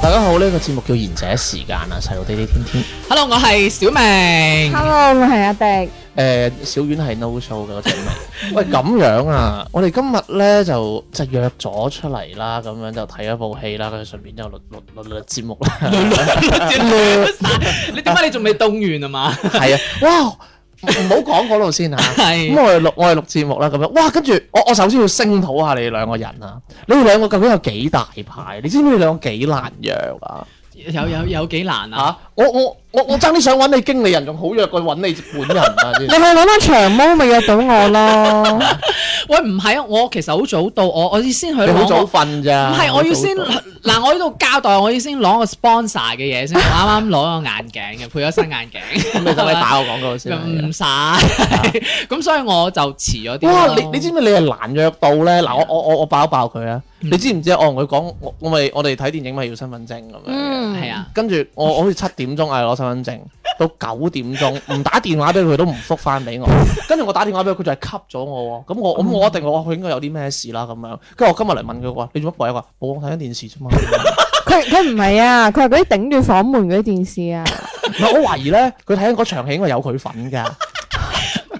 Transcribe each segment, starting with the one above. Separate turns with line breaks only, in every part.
大家好，呢、個節目叫賢者時間啊，細路弟弟天天。
Hello，我係小 明。
Hello，我係阿迪。
诶、小丸係 no show 嘅嗰只 咪。喂，咁樣啊，我哋今日咧就即係約咗出嚟啦，咁樣就睇咗部戲啦，跟住順便就錄錄錄錄節目啦。
你點解你仲未凍完啊嘛？
係啊，哇！唔好講嗰度先吓。啊
係
咁我哋錄我哋錄節目啦，咁樣哇，跟住我我首先要聲討下你兩個人啊，你哋兩個究竟有幾大牌？你知唔知你兩個幾難約啊？
有有有幾難啊？
嚇！我我我我爭啲想揾你經理人，仲好約過揾你本人啊！
你
先
去揾翻長毛咪約到我 咯。
喂，唔係啊，我其實好早到，我我先去
你好
攞
早
我。
瞓
唔
咋？
係，我要先
好早瞓
嗱，我呢度交代，我要先攞個 sponsor 嘅嘢先。我啱啱攞個眼鏡嘅，配咗新眼鏡。
咁你可 唔可以打我廣告先啊？
唔使， 咁所以我就遲咗啲咯。
哇！你你知唔知你係難約到咧？
啊
嗱，我我我我爆一爆佢啊！
嗯
你知唔知啊我同佢講，我我咪我哋睇電影咪要身份證咁樣嘅。
嗯，
係啊，
跟住我我好似七點鐘哎嗌攞身份證，到九點鐘唔打電話俾佢都唔覆翻俾我。跟住我打電話俾佢，佢就係吸咗我喎。咁我咁我一定我佢應該有啲咩事啦咁樣。跟住我今日嚟問佢話：你做乜鬼啊？佢話冇我睇緊電視啫嘛。
佢佢唔係啊，佢係嗰啲頂住房門嗰啲電視 啊。
唔係我懷疑咧，佢睇緊嗰場戲應該有佢份㗎。
啊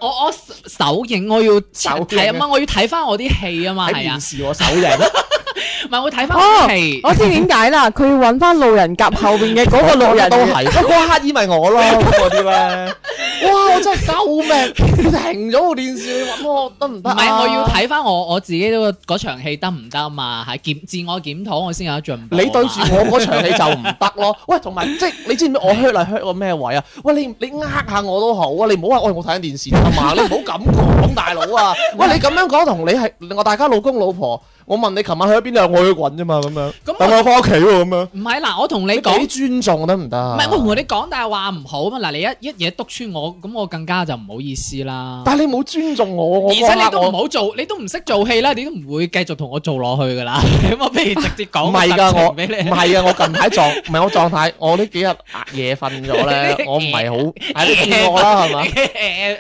我我首映我要
首映
睇啊嘛，我要睇翻我啲戲啊嘛，
喺
係啊
電，視我首映，
唔係我睇翻我啲戲。
我知點解啦，佢要揾翻路人甲後邊嘅嗰個 路人
都係嗰個乞兒咪 我咯嗰啲咧。哇！我真係救命！佢停咗部電視，你揾我得唔得
唔
啊？
係，我要睇翻我我自己嗰個嗰場戲得唔得啊嘛？係檢自我檢討，我先有得進步啊
你
嘛。
對住我嗰場戲就唔得咯。 喂，同埋即係你知唔知我 hurt 嚟 hurt 我咩位啊？喂，你你呃下我都好啊，你唔好話喂我睇緊電視啊嘛，你 唔好咁講大佬 啊。喂，你咁樣講同你係我大家老公老婆，我問你琴晚去咗邊度，我去滾啫嘛咁樣。
咁
但
我
我有翻屋企喎咁樣。
唔係嗱，我同你
你
講
幾，尊重得唔得啊？
唔係我同你講，但係話唔好啊嘛。嗱，你一一嘢督穿我，咁我更加就唔好意思啦。
但係你冇尊重我，我
而且你都唔
我
好做，你都唔識做戲啦，你都唔會繼續同我做落去噶啦。 咁我不如直接講
唔係
個
㗎，
實情
我唔
俾你。
係啊，我近排狀唔係我狀態，我呢幾日夜瞓咗 咧，我唔係好，係你見我啦係嘛？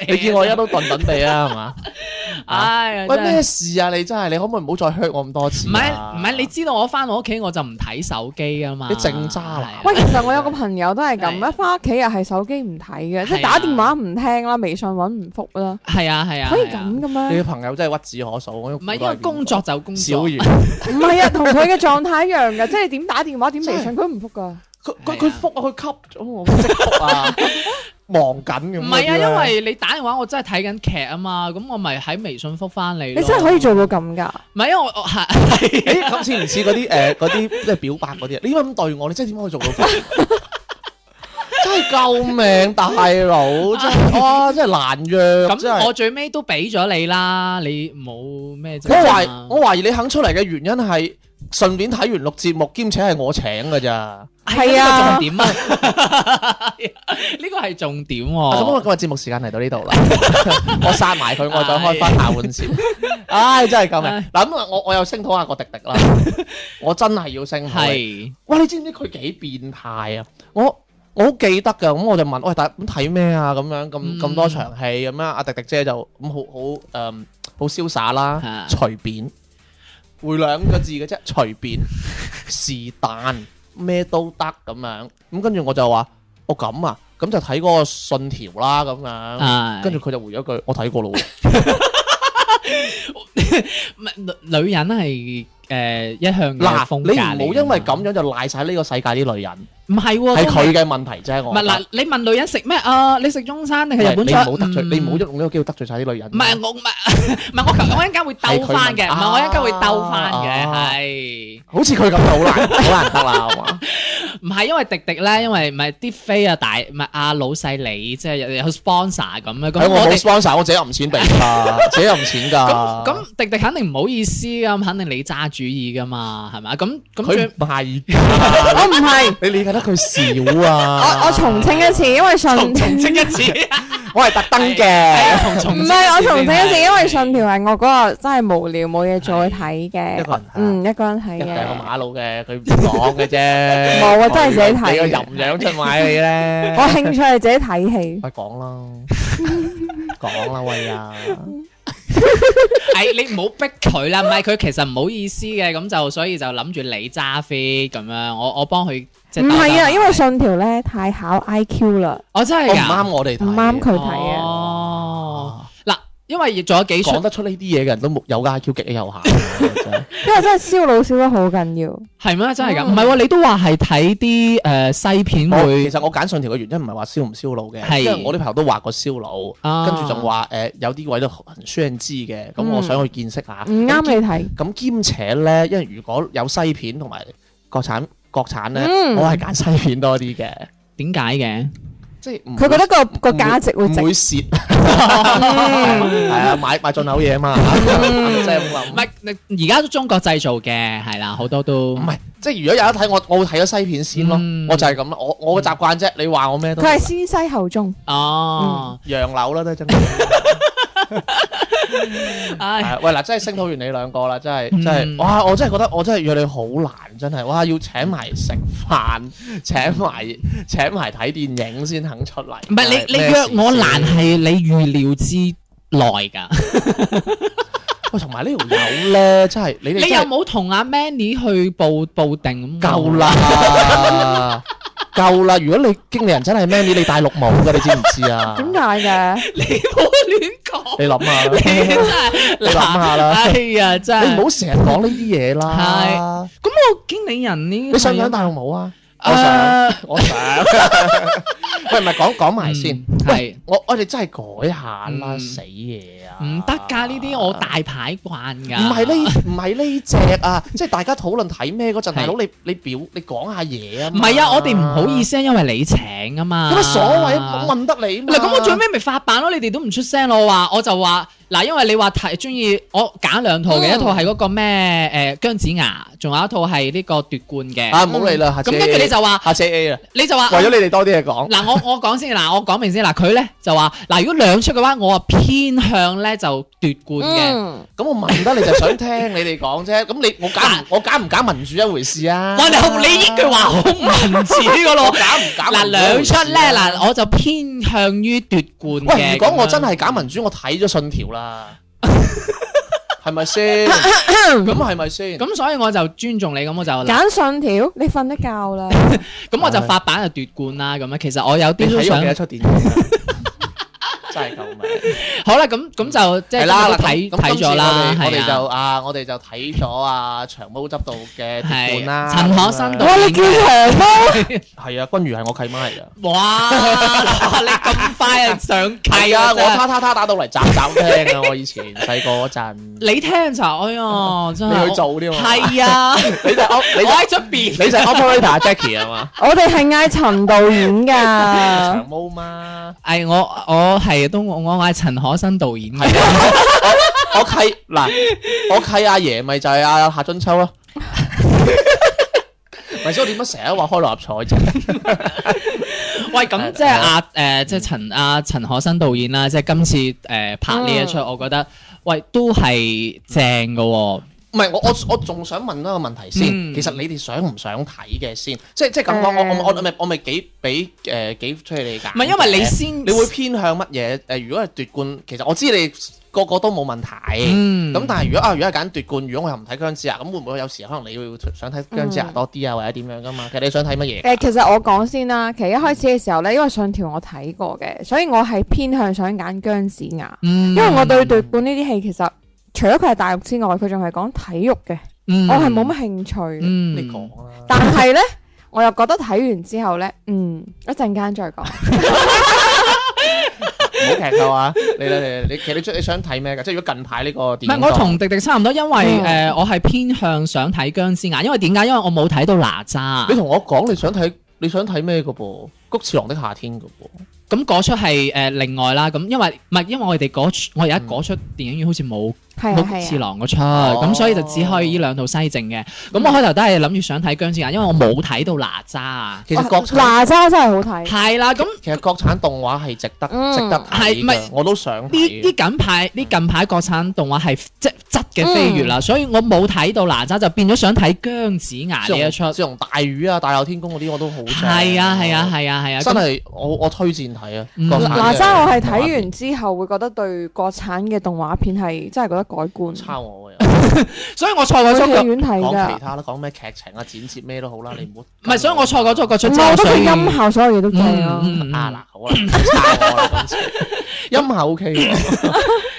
你見我而家都頓頓地啊係嘛？
唉，
喂
真係
咩事啊？你真係你可唔可以唔好再 hurt 我咁多次
唔
啊？
係唔係，你知道我翻我屋企我就唔睇手機噶嘛。
你正渣男
喂，其實我有個朋友都係咁
係
啊，翻屋企又係手機唔睇嘅，即
係啊
係打電話唔聽啦，微信揾唔覆啦，
係啊係啊，
可以
係啊
咁嘅
你
咩
嘅？朋友真係屈指可數，我
唔係因為工作就工
小
作，
魚，
唔係啊，同佢嘅狀態一樣嘅，即係點打電話點 微信佢唔覆噶。
佢
係
佢
啊
佢覆啊，佢吸咗我，即 覆啊，忙緊咁嗰啲咧。
唔係啊，因為你打電話我真係睇緊劇啊嘛，咁我咪喺微信覆翻你咯。
你真係可以做到 咁㗎？
唔係因為我我係係
誒咁似唔似嗰啲誒嗰啲即係表白嗰啲啊？你點解咁對我？你真係點可以做到咁？ 真係救命，大佬！真係哇，真係難約，
咁，
真係
我。最尾都俾咗你啦，你冇咩啫
我懷
嘛。
我懷疑你肯出嚟嘅原因係順便睇完錄節目，兼且係我請㗎咋。啊
係
係啊
呢個重點啊， 呢個係重點
啊咁
喎
我。今日節目時間嚟到呢度 啦，我殺埋佢，我再開翻下半節。唉，真係救命！
唉
嗱咁啊，我我又聲討下個迪迪啦，我真係要聲討你。
係
哇！你知唔知佢幾變態啊？我我好記得㗎，咁我就問喂，大咁睇咩啊？咁樣咁咁多場戲咁樣，阿迪迪姐就咁好好誒好瀟灑啦
啊，
隨便，回兩個字嘅啫，隨便是但咩都得咁樣。咁跟住我就話哦咁啊，咁就睇嗰個信條啦咁樣。
係
跟住佢就回咗句：我睇過咯喎。
唔係女女人係誒一向嘅
嗱，
風
你
格
唔
嚟㗎嘛
好因為咁樣就賴晒呢個世界啲女人，
唔係喎，
係
都
佢嘅問題啫。我
唔係
覺得
嗱，你問女人食咩啊？你食中餐定
唔係
係日本
你
菜？
唔好得罪，
嗯
你唔好用呢個機會得罪晒啲女人。
唔係我唔 係唔係我求我一陣間會兜翻嘅，
係佢問
唔係我一陣間會兜翻嘅，
啊
係
好似佢咁就好難，好難得啦，係嘛？
唔係因為迪迪咧，因為唔係啲飛啊大，唔係阿老細你即係有有 sponsor 咁啊，咁
係我
我
冇
哋
sponsor，我自己揞錢俾㗎，自己揞錢㗎。
咁咁迪迪肯定唔好意思咁，肯定你揸主意噶嘛，係咪？咁咁
佢
最
唔係㗎，
我唔係，
你理解得佢少啊？
我我重清一次，因為信
重重清一次，
我係特登
係啊
嘅，
重重
唔
清
係我
先
重清一次，
係
因為信條係我嗰日真係無聊冇嘢做去睇
一個
嘅
人，
嗯，一個人睇
一定係個
嘅，
馬路嘅，佢唔講嘅啫。
冇啊真係自己睇
你個淫樣出賣你咧。
我興趣係自己睇戲，
喂，講啦， 講啦，喂啊！
係你唔好逼佢啦，唔係佢其實唔好意思嘅，咁就所以就諗住你揸飛咁樣，我我幫佢即係
唔係啊，
兜兜
因為信條咧太考 IQ 啦，
我真
我
係
唔
㗎
啱我哋
唔
睇，
啱佢睇啊。
哦，嗱，因為仲有幾出
講得出呢啲嘢嘅人都冇有嘅 IQ 極有限，啊真係
因為真係燒腦燒得好緊要，
係咩？真係
嗯
㗎？唔係喎，你都話係睇啲誒西片
我
會
其實我揀信條嘅原因唔係話燒唔燒腦嘅，
係
因為我啲朋友都話過燒腦，
啊嗯
跟住仲話誒有啲位都很需人知嘅，咁我想去見識下。
唔啱你睇。
咁兼且咧，因為如果有西片同埋國產國產咧，
嗯
我係揀西片多啲嘅，
點解嘅？
即係唔
佢覺得個個
唔會
價值會
唔
值，嗯
會蝕， 係啊，買買進口嘢嘛， 即係咁諗
唔。係你而家都中國製造嘅係啦，好多都
唔係，即係如果有得睇，我我會睇咗西片先咯，
嗯
我就係咁啦，我我嘅習慣啫。你話我咩都
佢係先西後中。
哦，
洋樓啦，都係真係。
唉，
嗯係喂啊嗱，真係聲討完你兩個啦，真係真係，
嗯
哇！我真係覺得我真係約你好難，真係哇！要請埋食飯， 請埋請埋睇電影先肯出嚟。
唔係你你
咩
約
事
我
先
難係你預料之內㗎。
喂，同埋呢條友咧，真係你哋
你
真
又
係
冇同阿 Manny 去報報定咁
夠啦，夠啦！如果你經理人真係 Manny，你戴綠帽㗎，你知唔知 啊？
點解嘅？
你唔好亂講，
你諗
你真係
下啦，你諗下啦
哎呀，真
你
係
唔好成日講呢啲嘢啦。係，
咁我經理人呢？
你想唔想戴綠帽啊？我想，
誒
我想。喂，唔係講講埋先。
嗯係
我我哋真係改下啦，
嗯
死嘢啊！
唔得㗎，呢啲我大牌慣㗎。
唔係呢唔係呢只啊，即係大家討論睇咩嗰
係
陣，大佬你你表你講下嘢啊
唔
嘛！
係啊，我哋唔好意，思啊，因為你請啊嘛。
有乜所謂
à.
啊？我問得你嘛
嗱，咁我最尾咪發版咯，你哋都唔出聲咯。我話我就話嗱，因為你話睇中意，我揀兩套嘅，
嗯
一套係嗰個咩誒姜子牙，仲有一套係呢個奪冠嘅。
啊，唔好理啦，下
咁
次
跟住你就話，
下次 A 啦，
你就話
為咗你哋多啲嘢講，
嗱，我我講先，嗱，我講明先，嗱，佢咧就話，嗱，如果兩出嘅話，我啊偏向咧就奪冠嘅。
嗯，
咁我問得你就想聽你哋講啫。咁你我揀唔我揀唔揀民主一回事啊？
我哋你呢句話好文字個
我
咯。
揀唔揀
嗱，
民主
兩出
一回事
咧，
啊
嗱，我就偏向於奪冠嘅。
喂，如果
咁樣
我
啊
真係揀民主，我睇咗信條啦，係咪 先？咁係咪先？
咁，所以我就尊重你，咁我就嗱
揀信條，你瞓得覺啦。
咁我就發版就奪冠啦。咁樣其實我有
你
啲都
睇咗
想
幾多出電影啊？ 真係救命！
好啦，咁咁就即係
係啦，
都
嗱
睇
咁咁
睇
今次
咗啦，
我哋我哋
係
就
啊，
啊，我哋就睇咗啊長毛執導嘅奪
係啊
冠啦，
陳可辛導
哇！你叫長毛，
係啊，君如係我契媽嚟噶。
哇！ 你咁快啊上契
係啊，我
真係
他他他打到嚟斬斬聽啊！我以前細個嗰陣，
你聽就哎呀，真係
你去做添啊
係啊，
你就 op-
你
你
我
就
喺出邊，
你就 operator Jackie 啊嘛，
我哋係嗌陳導演
啊
噶。
長毛嘛。
係哎我我係都我我係陳可辛導演嘅，
我契嗱，我契阿爺咪就係阿夏春 秋咯。咪所以我點解成日話開六合彩啫？
喂咁即係阿誒即係陳阿陳可辛導演啦，即係今次誒拍呢一出，我覺得喂都係正嘅喎，
唔係我我我仲想問一個問題先，
嗯
其實你哋想唔想睇嘅先？即係即係咁講，我我我我咪我咪幾俾誒幾出你揀？
唔係因為你先
你會偏向乜嘢？誒，如果係奪冠，其實我知你個個都冇問題。
嗯
咁但係如果啊，如果係揀奪冠，如果我又唔睇姜子牙，咁會唔會有時可能你會想睇姜
嗯
子牙多啲啊，或者點樣噶嘛？其實你想睇乜嘢？
誒，其實我講先啦。其實一開始嘅時候咧，因為信條我睇過嘅，所以我係偏向想揀姜子牙，
因
嗯
因為我對奪冠呢啲戲其實除咗佢係大陸之外，佢仲係講體育嘅，
嗯
我係冇乜興趣。
嗯
你講啊啦。
但係咧，我又覺得睇完之後咧，嗯，一陣間再講。
唔好劇透啊！你你你你，其實你想你想睇咩㗎？即係如果近排呢個電
唔
影檔，
係，我同迪迪差唔多，因為誒、
嗯
呃我係偏向想睇僵屍眼，因為點解？因為我冇睇到哪吒
你，同我講你想睇你想睇咩㗎噃？菊次郎的夏天㗎噃。
咁嗰出係誒另外啦。咁因為唔係因為我哋嗰出，我而家嗰出電影院好似冇
係啊
冇次
係啊，
郎嗰出，咁所以就只可以呢兩套西正嘅。咁我
哦
開頭都係諗住想睇僵屍眼，因為我冇睇到哪吒啊。
其實國產
哪吒真係好睇，
係啦，咁
其實國產動畫係值得
嗯
值得睇
係咪
㗎，我都想
呢呢
睇。
近排呢近排國產動畫係即質
嗯
嘅飛躍啦，所以我冇睇到哪吒，就變咗想睇姜子牙呢一出。
自從大魚啊、大鬧天宮嗰啲我都好想。
係啊係啊係啊係啊，
真
咁
係我我推薦睇啊！
嗯
國產嘅
哪吒我係
動畫
睇
片
完之後會覺得對國產嘅動畫片係真係覺得改觀，
抄我嘅又。
所以我錯過
去
咗個
戲院睇
講其
㗎。
他啦，講咩劇情啊、剪接咩都好啦，你唔好。
唔係，所以我錯過咗個出
唔
周
係，我覺得
水
佢音效所有嘢都正咯。
嗯嗯
啊嗱，好啦，抄我啦 今次音效 OK 喎，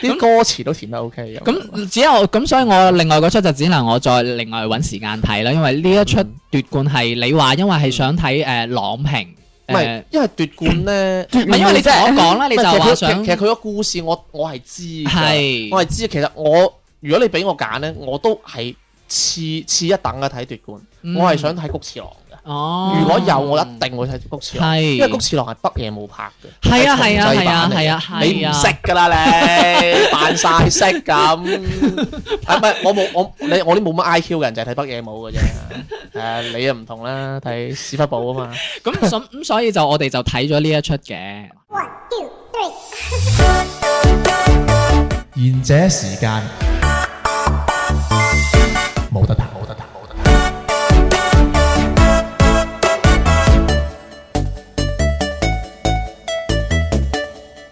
啲歌詞都填得 OK 嘅。
咁嗯只有咁，所以我另外嗰出就只能我再另外揾時間睇啦，因為呢一出
嗯
奪冠係你話，因為係想睇誒郎平
唔
誒，，
係
嗯
因為奪冠咧，唔
唔係因為你同我講啦，你就話
係其實佢
想
其實佢個故事我我係知㗎，
係
我係知。其實我如果你俾我揀咧，我都係次次一等嘅睇奪冠，
嗯
我係想睇菊次郎嘅。
哦，
如果有，我一定會睇菊次郎。
係
因為菊次郎係北野冇拍嘅，
係啊
係
係啊
重製
係啊係啊係啊，
版嚟嘅你唔識㗎啦，你扮晒識咁。啊唔係，我冇我你我啲冇乜 IQ 嘅人就係睇北野武嘅啫。誒，你又唔同啦，睇屎忽寶啊嘛。
咁所咁所以就我哋就睇咗呢一出嘅。
One, two, three.
賢者時間冇得彈，冇得彈，冇得彈。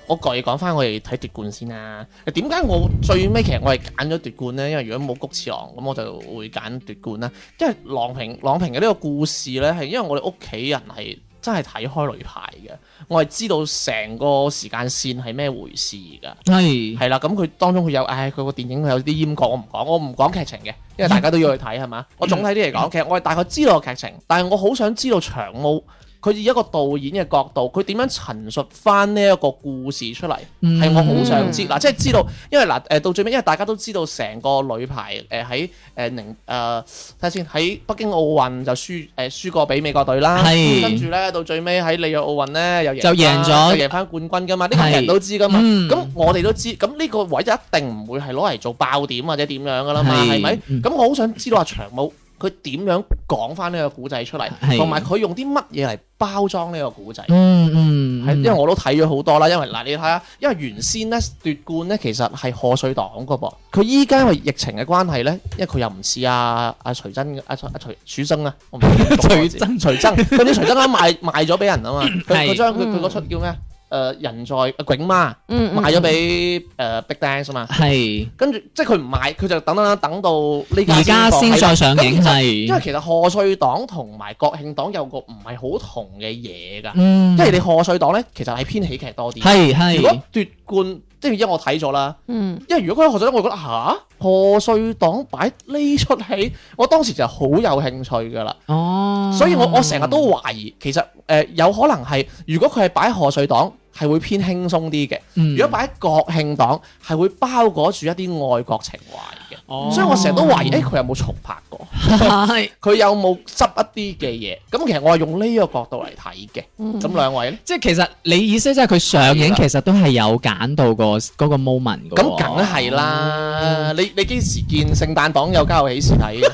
我繼續講翻我哋睇奪冠先啦。點解我最尾其實我係揀咗奪冠呢？因為如果冇谷次郎咁，我就會揀奪冠啦。因為郎平郎平嘅呢個故事呢，係因為我哋屋企人係真係睇開雷牌嘅，我係知道成個時間線係咩回事㗎。
係
係啦，咁佢當中佢有，唉，佢個電影有啲閹割，我唔講，我唔講劇情嘅，因為大家都要去睇係嘛。我總體啲嚟講，其實我係大概知道個劇情，但係我好想知道長毛佢以一個導演嘅角度，佢點樣陳述翻呢一個故事出嚟，係、
嗯
我好想知嗱，即係知道，因為嗱誒到最尾，因為大家都知道成個女排誒喺誒寧誒睇下先喺北京奧運就輸誒、輸過俾美國隊啦，
係
跟住咧到最尾喺里約奧運咧又贏
就贏
返
咗
又贏翻冠軍㗎嘛，呢、個
係
人都知㗎嘛，
嗯
咁、我哋都知，咁呢個位就一定唔會係攞嚟做爆點或者點樣噶啦嘛，
係
係咪？
嗯
咁我好想知道阿長毛佢點樣講翻呢個古仔出嚟
係，
同埋佢用啲乜嘢嚟包裝呢個古仔。
嗯嗯，
係，因為我都睇咗好多啦。因為嗱，你睇下，因為原先咧奪冠咧，其實係賀歲檔噶噃。佢依家因為疫情嘅關係咧，因為佢又唔似阿阿徐真阿徐阿徐徐崢啊，我唔記 得咗個字
徐崢
徐崢，佢啲徐崢 啱賣賣咗俾人啊嘛。佢
係
佢將佢佢
嗯
嗰出叫咩？誒人在啊囧媽
嗯嗯
賣咗俾誒 Big Dance 啊嘛。
係
跟住即係佢唔買，佢就等等等等到呢家
而家
放
先
喺度
再上映
咁因為
係，
其實賀歲檔同埋國慶檔有個唔係好同嘅嘢㗎，
嗯
因為你賀歲檔咧其實係偏喜劇多啲。
係
如果
係
奪冠，即係因為我睇咗啦，
嗯，
因為如果佢喺賀歲檔，我覺得吓，賀歲檔擺呢出戲，我當時就好有興趣㗎啦。
哦，
所以我我成日都懷疑，其實誒、呃有可能係如果佢係擺賀歲檔，係會偏輕鬆啲嘅。
嗯
如果擺國慶檔，係會包裹住一啲愛國情懷嘅，
哦
所以我成日都懷疑，誒、佢有冇重拍過？
係
佢有冇執一啲嘅嘢？咁其實我係用呢個角度嚟睇嘅。
嗯
咁兩位咧，
即係其實你意思即係佢上映其實都係有揀到個嗰個 moment 嘅
咁
喎，
梗係啦。你你幾時見聖誕檔有家有喜事睇 嘅？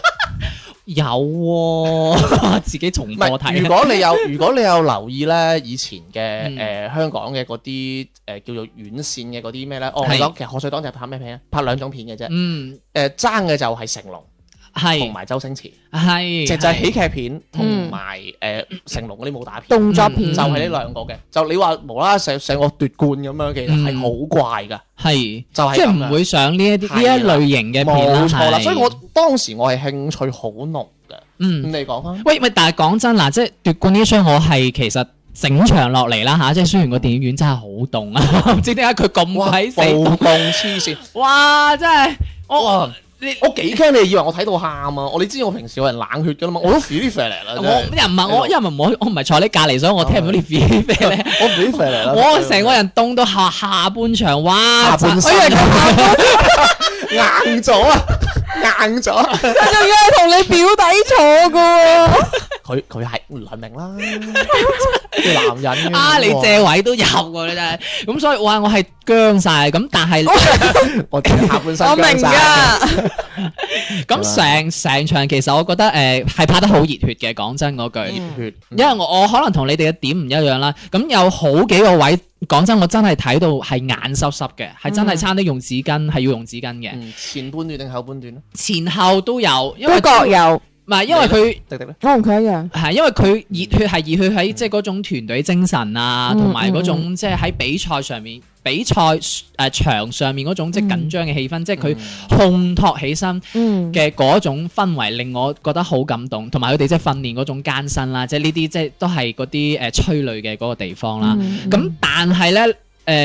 有喎， 自己重
唔
播
係，
睇。啊
如果你有 如果你有留意咧，以前嘅誒、
嗯
香港嘅嗰啲誒叫做院線嘅嗰啲咩咧？哦，你
係
講其實賀歲檔就係拍咩片啊？拍兩種片嘅啫。
嗯
誒爭嘅就係成龍同
係
埋周星馳，
係
就就係喜劇片同
嗯
埋誒成龍嗰啲武打片。
動作片
就係呢兩個嘅，就你話無啦啦上上個奪冠咁樣，其實係好怪噶，
係
就係
即係
咁
唔
樣
會上呢一啲呢
係
一
啦
類型嘅片啦，
冇錯啦。
係
所以我當時我係興趣好濃嘅。咁
嗯。
你講翻，
喂喂，但係講真嗱，即係奪冠呢出我係其實整場落嚟啦吓，即係雖然個電影院真係好 凍啊，唔知點解佢咁
哇
鬼
暴
死，
動黐線，
哇真係我
哇！
你
我幾驚你以為我睇到喊啊！我你知我平時有人冷血噶啦嘛，我都 feel 嚟啦，
我
真
唔
係
係唔係我，因為我我唔係坐你隔離，所以我聽唔到你 feel 咧。
我 feel 嚟 啦，
我成個人凍到下下半場，哇！
下半身
我以為哎
硬咗啊，硬咗。
佢仲要係同你表弟坐噶喎。
佢佢係梁明啦，啲男 人
啊，你
正，
借位都有喎，你真係。咁所以哇，我係僵晒。咁但係
哦我知下半身
我明
僵晒，
噶，
咁成成場其實我覺得誒係拍得好熱血嘅，講真嗰句。
血，
因為我我可能同你哋嘅點唔一樣啦，咁有好幾個位，講真，我真係睇到係眼濕濕嘅，係真係差啲用紙巾，係要用紙巾嘅，
嗯前半段定後半段啊咧？
前後都有，因為
都各有。
唔係因為佢
迪迪咧，
我同佢一樣。
係因為佢熱血係熱血喺即係嗰種團隊精神啊，
嗯
同埋嗰種即係喺比賽上面、比賽誒場上面嗰種即係緊張嘅氣氛，即係
嗯
佢烘托起身。
嗯，
嘅嗰種氛圍令我覺得好感動，同埋佢哋即係訓練嗰種艱辛啦，即係呢啲即係都係嗰啲誒催淚嘅嗰個地方啦。
嗯
咁、但係咧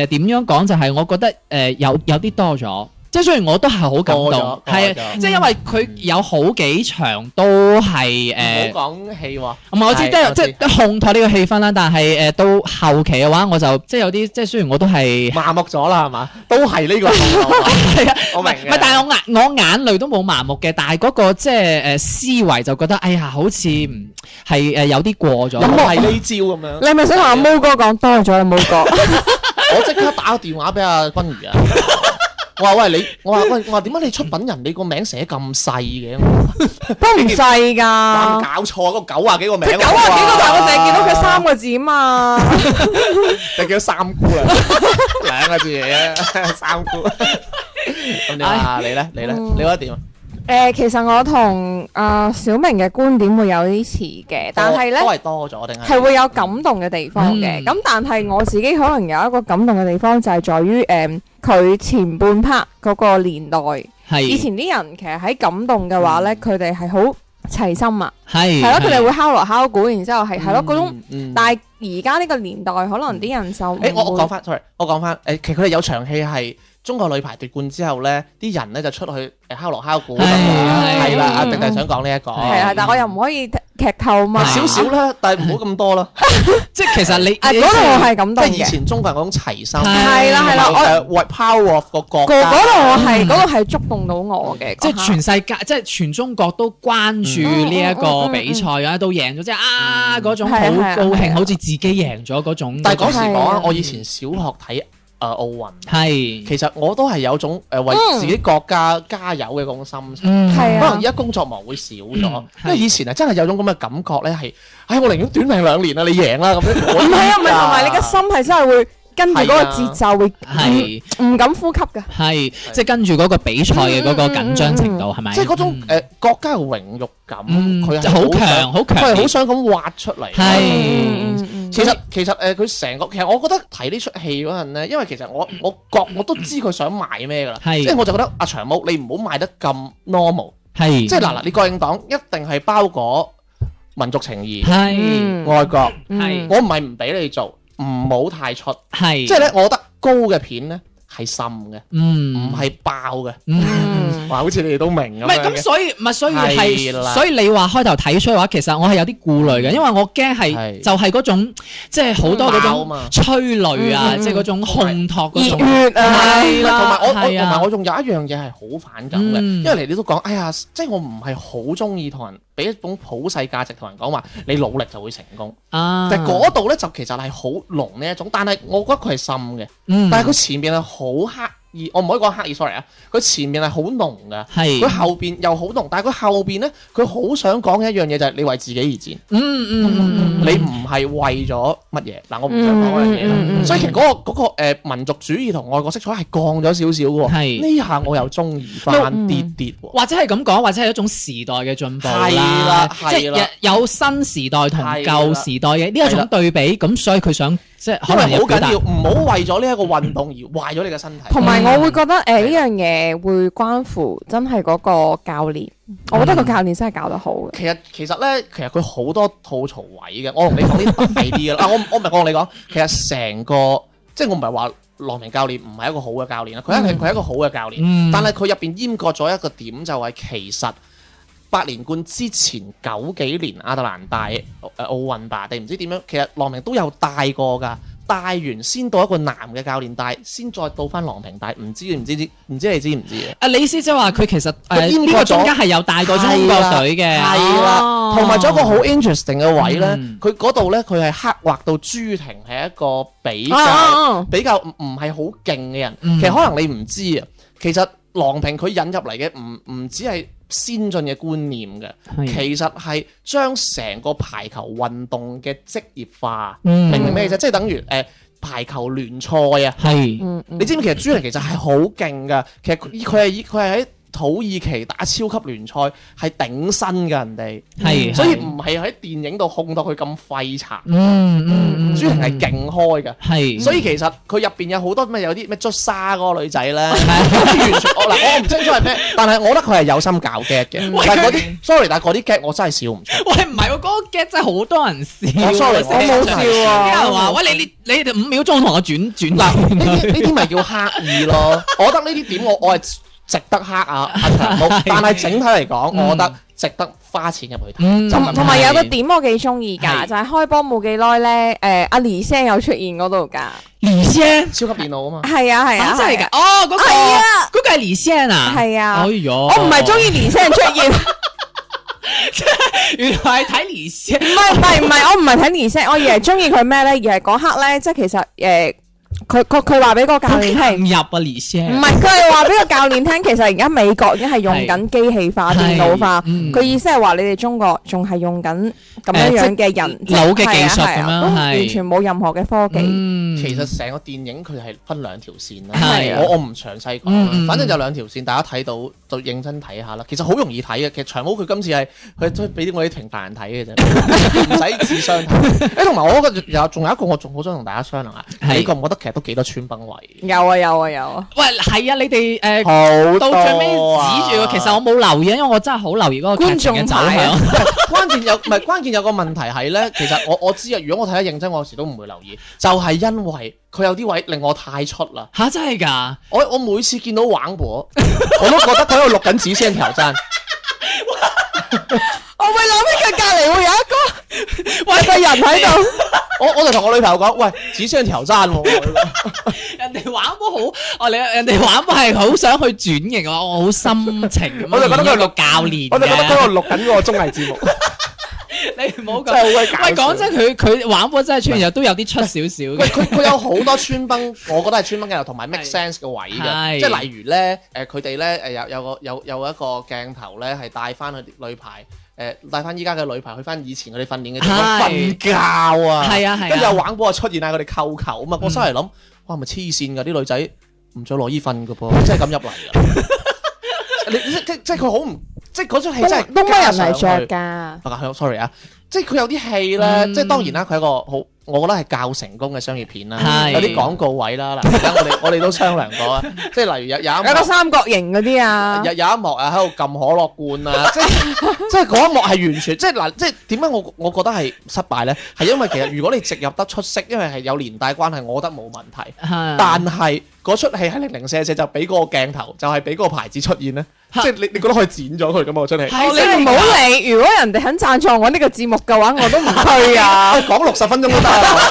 誒點樣講就係我覺得誒、呃有有啲多咗，即係雖然我都係好感動，
多咗多
係啊，
咗
即係因為
嗯
佢有好幾場都係誒。呃
唔好講戲喎。
唔係我知，即
係
係即係烘托呢個氣氛啦。但係誒到後期嘅話，我就即係有啲即係雖然我 都係
麻木咗啦，係嘛？都係呢個程度啊
係啊，
我
唔
明
係
嘅
唔係，但係我眼我眼淚都冇麻木嘅，但係嗰個即係誒思維就覺得，哎呀，好似唔係誒有啲過咗。
又係呢招咁樣。
哦你係咪想同阿毛哥講多咗啦，毛哥。
我即刻打個電話俾阿君 如啊！我話喂你，我話喂，我話點解你出品人你個名寫咁細嘅？
都唔細
搞
㗎。
搞錯嗰個九啊幾個名，
佢九啊幾個，但我淨係見到佢三個字嘛。
你見到三姑啊， 兩個字嚟嘅 三姑。咁你話啊你咧？你
嗯
咧？你覺得點啊？
誒、其實我同啊、小明嘅觀點會有啲似嘅，但係
都
呢
係多咗定係
係會有感動嘅地方嘅。
嗯
咁、但係我自己可能有一個感動嘅地方就係在於誒佢、前半 part 嗰個年代，以
係
前啲人其實喺感動嘅話呢，佢哋係好齊心啊，係
係
咯，佢哋會敲鑼敲鼓，然之後係係咯嗰種。
嗯。
但係而家呢個年代，可能啲人就誒
誒，我我講翻，sorry，我講翻，誒，其實佢哋有場戲係中國女排奪冠之後咧，啲人咧就出去誒敲鑼敲鼓咁
係
樣，係啦，
係
阿迪迪想講呢一個，
係
係啊，但啊我又唔可以劇劇透嘛。
少少啦，但係唔好咁多啦，
即係其實你
啊，
你
嗰度我係感
即
動
係以
嘅。
前中國人嗰種齊心，
係啦係啦，我
誒為 power of 個國
個嗰
家，
度我係嗰度係觸動到我啊嗯嘅，
即
嗰
係
下
全世界，即係全中國都關注呢一個比賽啊，都贏咗，即係啊嗰種好
係啊係啊
高
係
興，
啊
好似自己贏咗嗰種。
但係嗰時講
係
啊
啊，
我以前小學睇誒呃奧運，
係，
其實我都係有種誒為
嗯
自己國家加油嘅嗰種心情。
嗯
係
可
啊
能而家工作忙會少咗
嗯，
因為以前啊真係有種咁嘅感覺咧，係，唉，我寧願短命兩年啦，你贏啦咁樣。
唔係啊，唔係同埋你嘅心係真係會跟住嗰個節奏會
係。
唔唔敢呼吸㗎。
係，即係跟住嗰個比賽嘅嗰個緊張程度係咪？
即係嗰種
嗯
誒國家嘅榮辱感，
嗯
佢係
好
想
強，好強
佢係
烈
好想咁挖出嚟。
係
嗯嗯嗯
其實其實誒，佢成個其實我覺得睇呢出戲嗰陣咧，因為其實我我覺我都知佢想賣咩㗎啦，
係
即係我就覺得阿長毛你唔好賣得咁 normal，
係，
即係嗱嗱，你國慶黨一定係包裹民族情義、
係
嗯
愛國，
嗯
係
我唔係唔俾你做，唔好太出，
係，
即係咧，我覺得高嘅片咧係滲嘅，
嗯，
唔係爆嘅，
嗯。
嗯
哇！好似你哋都明咁
唔係
樣
咁，
嘅，
所以唔係，所以
係啦
係，所以你話開頭睇出嘅話，其實我係有啲顧慮嘅，因為我驚
係
係就係嗰種即係好多嗰
爆啊
種
嘛。
催淚啊，
嗯嗯
即係嗰種烘托
熱
嗰種，
血啊！
係
同埋
啦，
我我同
係啊
埋我仲有一樣嘢係好反感嘅，
嗯
因為你都講，哎呀，即係我唔係好中意同人俾一種普世價值同人講話，你努力就會成功。
啊，
但係嗰度咧就其實係好濃呢一種，但係我覺得佢係深嘅，
嗯，
但係佢前面係好刻意，我唔可以講刻意，sorry 啊，佢前面係好濃㗎，
係
佢後邊又好濃，但係佢後邊咧，佢好想講嘅一樣嘢就係你為自己而戰。
嗯嗯嗯嗯，
你唔係為咗乜嘢？嗱，我唔想講嗰樣嘢啦。
嗯嗯嗯嗯
所以其實嗰、個嗰、個誒民族主義同外國色彩係降咗少少嘅喎。
係
呢下我又中意翻啲啲喎。
或者係咁講，或者係一種時代嘅進步
係啦
啦，
係
即係
啦
有新時代同
係
舊
啦
時代嘅呢一
係啦
種對比，咁所以佢想即係可
因
能
為好
有表
緊
達
要，唔好為咗呢一個運動而壞咗你嘅身體。
同埋
嗯
我會覺得誒呢
係啦
樣嘢會關乎真係嗰個教練，
嗯
我覺得個教練真係教得好嘅。
其實其實咧，其實佢好多吐槽位嘅。我同你講啲大啲嘅啦。啊我我唔係我同你講，其實成個即係我唔係話郎平教練唔係一個好嘅教練啦，佢一定佢係一個好嘅教練，
嗯
但係佢入邊閹割咗一個點就係其實八連冠之前九幾年亞特蘭大誒奧運吧定唔知點樣，其實郎平都有帶過㗎。帶完先到一個男嘅教練帶，先再到翻郎平帶，唔知你唔知知唔知你知唔知啊？
啊，你意思即係話佢其實
佢
誒
閹
呢
割
個
呃咗
中間係有帶過中國隊嘅，
係啦，
哦
同埋仲有一個好 interesting 嘅位咧
嗯，
佢嗰度咧佢係刻畫到朱婷係一個比較、
啊啊啊
比較唔唔係好勁嘅人，
哦嗯
其實可能你唔知啊，其實郎平佢引入嚟嘅唔唔只係先進嘅觀念嘅，
係
其實係將成個排球運動嘅職業化，
嗯
明唔明咩意思？即係等於誒、呃排球聯賽啊。
係
嗯嗯
你知唔知其實朱玲其實係好勁噶，其實佢佢係以佢係喺土耳其打超級聯賽係頂薪噶人哋，
係，
嗯所以
係
唔係喺電影度控到佢咁廢柴。
嗯嗯嗯，
朱玲係勁開噶。
係，
所以其實佢入邊有好多咩有啲咩捽沙嗰個女仔咧，完全我哦嗱我唔清楚係咩，但係我覺得佢係有心搞 get 嘅。但係嗰啲 sorry，但係嗰啲 get 我真係笑唔出。
喂唔係喎，嗰個 get 真係好多人笑啊，
我 sorry，
成
我
日
冇
笑啊
有人話喂你你你哋五秒鐘同我轉轉
嗱，
嗱，
呢啲呢啲咪叫刻意 咯？我覺得呢啲點我我係值得黑啊阿 長毛，但係整體嚟講，
嗯
我覺得值得花錢入去睇。
嗯
就
同同埋有個
係
點我幾中意㗎，
係
就係開波冇幾耐咧，誒阿李聲有出現嗰度㗎，
李先
超級電腦啊嘛，
係啊係啊，
哦啊，真係
係
㗎
啊！
哦，嗰個
係啊
嗰個係李先啊，
係啊
哎呦，
哦
我唔係中意李聲出現，
原來係睇李 先，
唔係唔係唔係，我唔係睇李聲，我而係中意佢咩咧？而係嗰刻咧，即係其實誒，佢佢佢話俾個教練聽。
入啊李先，
唔係，佢係話俾個教練聽，其實而家美國已經係用緊機器化、
係
電腦化。
嗯
佢意思係話你哋中國仲係用緊咁樣樣嘅人
誒即係老嘅技術
係啊係啊
咁樣
都
係
完全冇任何嘅科技。
嗯
其實成個電影佢係分兩條線啦。
係啊
我我唔詳細講
嗯
啦
嗯，
反正就兩條線，大家睇到就認真睇下啦。其實好容易睇嘅，其實長毛佢今次係佢都係俾啲我啲平凡人睇嘅啫， 唔使智商睇。誒，同埋我覺得有仲有一個我仲好想同大家商量下，
係
你覺唔覺得其實都幾多穿崩位？
有啊有啊有啊！
喂係啊，你哋誒。
好
到最尾指住
我
我，其實我冇留意，因為我真係好留意嗰個劇情嘅
觀眾
走
牌
向
啊。
關鍵有唔係關鍵有個問題係咧，其實我我知啊，如果我睇得認真，我有時都唔會留意，就係、因為佢有啲位令我太出啦。
吓真係㗎？
我我每次見到玩婆， 我都覺得佢喺度錄緊《指聲挑戰》。
我會諗起佢隔離會有一個 喂個 人喺度。
我我就同我女朋友講：喂，《指聲挑戰》喎，
人哋玩波好，哦你人哋玩波係好想去轉型啊！我好心情咁啊樣，
我就覺得佢係
個教練嘅，
我就覺得佢喺度錄緊個綜藝節目，
你唔好
真
講。
係好鬼搞笑
喂，講真，佢佢玩波真係出現又都有啲出少少
喂，
嘅。
佢佢有好多穿崩，我覺得係穿崩鏡頭同埋 make
係
sense 嘅位
係
嘅，即係例如咧，誒佢哋咧誒有有個有有一個鏡頭咧係帶翻佢啲女排，誒帶翻依家嘅女排去翻以前佢哋訓練嘅地方
係
瞓覺啊，
係啊係啊
跟住有玩波啊出現啊，佢哋扣球啊嘛，我心嚟諗，哇咪黐線㗎啲女仔唔着內衣瞓㗎噃，即係咁入嚟㗎，你即即即係佢好唔即係嗰出戲真係
東北人係
加上去
着㗎。
啊係，sorry 啊，即係佢有啲戲咧，
嗯
即係當然啦，佢係一個好，我覺得係較成功嘅商業片啦，
係
有啲廣告位啦，嗱，而家我哋我哋都商量過啊，即係例如有有 一
有個
幕。
三角形嗰啲啊，
有有一幕啊，喺度撳可樂 罐啊，即係即係嗰一幕係完全即係嗱，即係點解我我覺得係失敗咧？係因為其實如果你植入得出色，因為係有連帶關係，我覺得冇問題。但
但
係嗰出戲喺零零舍舍就俾嗰個鏡頭，就係俾嗰個牌子出現咧，即係你你覺得可以剪咗佢咁啊？出戲。
哦你唔好理。如果人哋肯贊助我呢個節目嘅話，我都唔去啊！
哎講六十分鐘都得啊！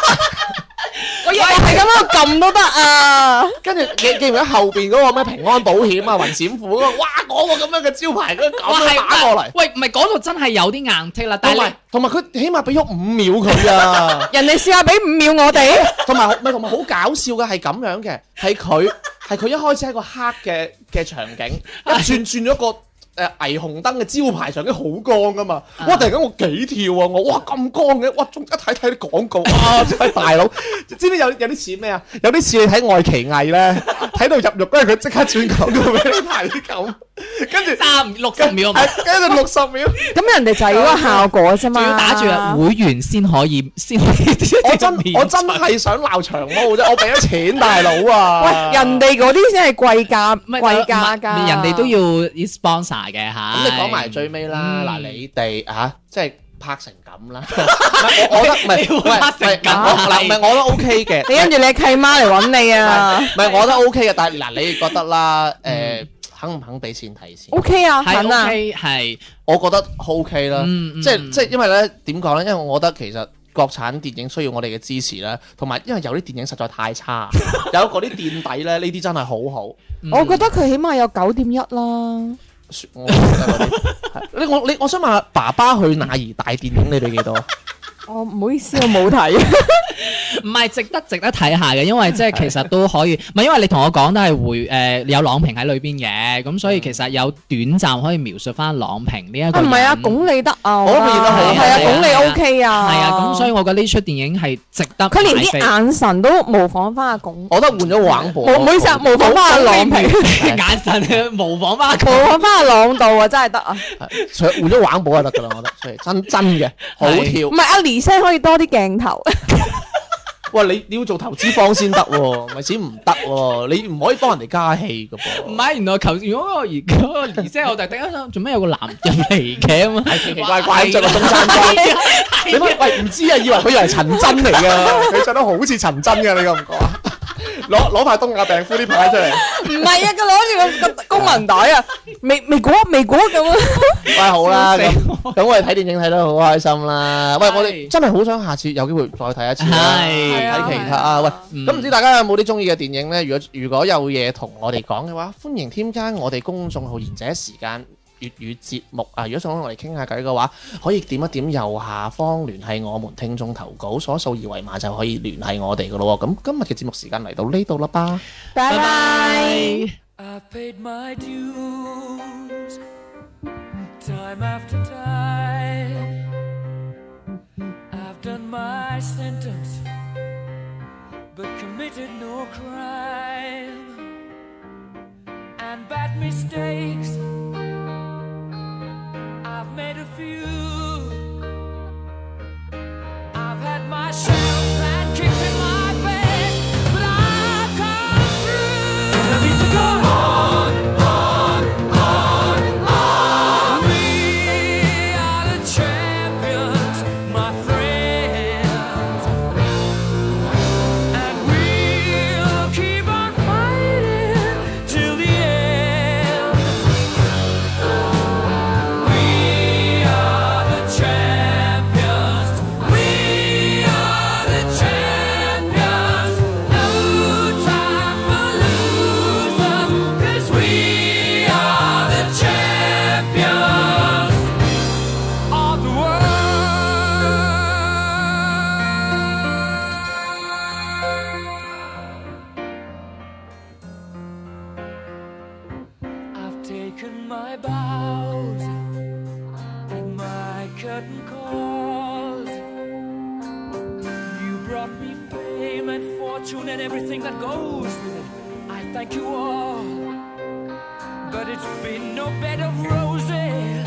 我日日係咁喺度撳都得啊！，
跟住記記唔記得後邊嗰個咩平安保險啊、雲閃付嗰個，哇！嗰、個咁樣嘅招牌，佢
哇
咁樣
係
打過嚟，
喂，唔係嗰度真係有啲硬剔啦，但
同
係
埋同埋佢起碼俾咗五秒佢啊
人哋試下俾五秒我哋，
同埋唔係同埋好搞笑嘅係咁樣嘅，係佢係佢一開始係一個黑嘅嘅場景，一轉轉咗個。誒霓虹燈嘅招牌場景好光噶嘛，哇！突然間我幾跳啊，我哇咁光嘅，哇！仲一睇睇啲廣告啊，真係大佬，知唔知有有啲似咩啊？有啲似你睇愛奇藝咧，睇到入肉，跟住佢即刻轉廣告俾你睇咁，跟住
你三六十秒，啊
係跟住六十秒。
咁人哋就係嗰個效果啫嘛。
仲要打住啊會員先可以先可以。
哎我真我真係想鬧長毛啫，我俾咗錢大佬啊！
喂，人哋嗰啲先係貴價，
唔係
貴價
唔係
㗎。
人哋都要 sponsor 嘅嚇。
咁你講埋最尾啦，嗱你哋啊，即係拍成 咁啦。唔係我我覺得唔係，
你會
唔係
拍成咁啊
唔係我嗱唔係我都 OK 嘅。
你跟住你契媽嚟揾
哎
你啊
唔係我覺得 OK 嘅，但係嗱，你覺得啦？誒，肯唔肯俾錢睇先？
嗯
，OK 啊，
係
肯啊，
OK，係，
我覺得 OK 啦。
嗯，
即係
嗯
即係因為咧點講咧？因為我覺得其實國產電影需要我哋嘅支持啦，同埋因為有啲電影實在 太差，有嗰啲墊底咧，呢啲真係好好。
嗯
我覺得佢起碼有九點一啦，
我覺得嗰 啲係你我你我想問下爸爸去哪兒大電影你哋幾多？
我唔好意思，我冇睇，
唔係值得值得睇下嘅，因為即係其實都可以，唔係因為你同我講都係回誒、呃有郎平喺裏邊嘅，咁
嗯
所以其實有短暫可以描述翻郎平呢一個
啊唔
人。
係啊，鞏俐得啊，
我都未見得好
係啊，
係啊
鞏俐 OK 啊，
係啊，咁所以我覺得呢出電影係值得買飛。
佢連啲眼神都模仿翻阿鞏，
我覺得換咗玩
冇
播。
唔好意思啊，模仿翻阿郎平，
眼神啊模仿翻佢。
模仿翻阿朗度啊，真係得啊，
除換咗玩播就得㗎啦，我覺得。所以真真嘅好跳
唔。係阿黎聲可以多啲鏡頭，
喂，你你要做投資方先得喎， 咪先唔得喎，你唔可以幫人哋加戲㗎噃。
唔係，原來求如果我而家我而即係我就突然間諗，做咩有個男人嚟嘅咁啊？
奇奇怪怪着個中山裝， 你乜喂唔知啊？以為佢以為陳真嚟㗎，佢着得好似陳真嘅，你覺唔覺啊？攞攞塊東亞病夫啲牌出嚟，
唔係啊，佢攞住個個公民袋啊，未未估未估咁啊，
喂好啦，
笑
咁
死
咁我哋睇電影睇得好開心啦。喂，
係
我哋真係好想下次有機會再睇一次啦，
係
係啊
睇其
係
他啊。
啊
喂，
嗯
咁唔知大家有冇啲中意嘅電影呢？如果如果有嘢同我哋講嘅話，歡迎添加我哋公眾號「賢者時間」粵語節目啊！如果想同我哋傾下偈嘅話，可以點一點右下方聯繫我們聽眾投稿，所掃二維碼就可以聯繫我哋噶咯喎。咁今日嘅節目時間嚟到呢度啦吧。
拜拜。
I've paid my dues time after time. I've done my sentence, but committed no crime. And bad mistakes, I've made a few. I've had my shells and kicks in my face, but I've come through. And I need to go on, on, on, on. We are the champions, my friends, and we'll keep on fighting till the end. We are the champions. We are the champions. No time for losers, 'cause we are the champions of the world. I've taken my bows and my curtain calls. You brought me fame and fortune and everything that goes with it. I thank you all, but it's been no bed of roses. Oh,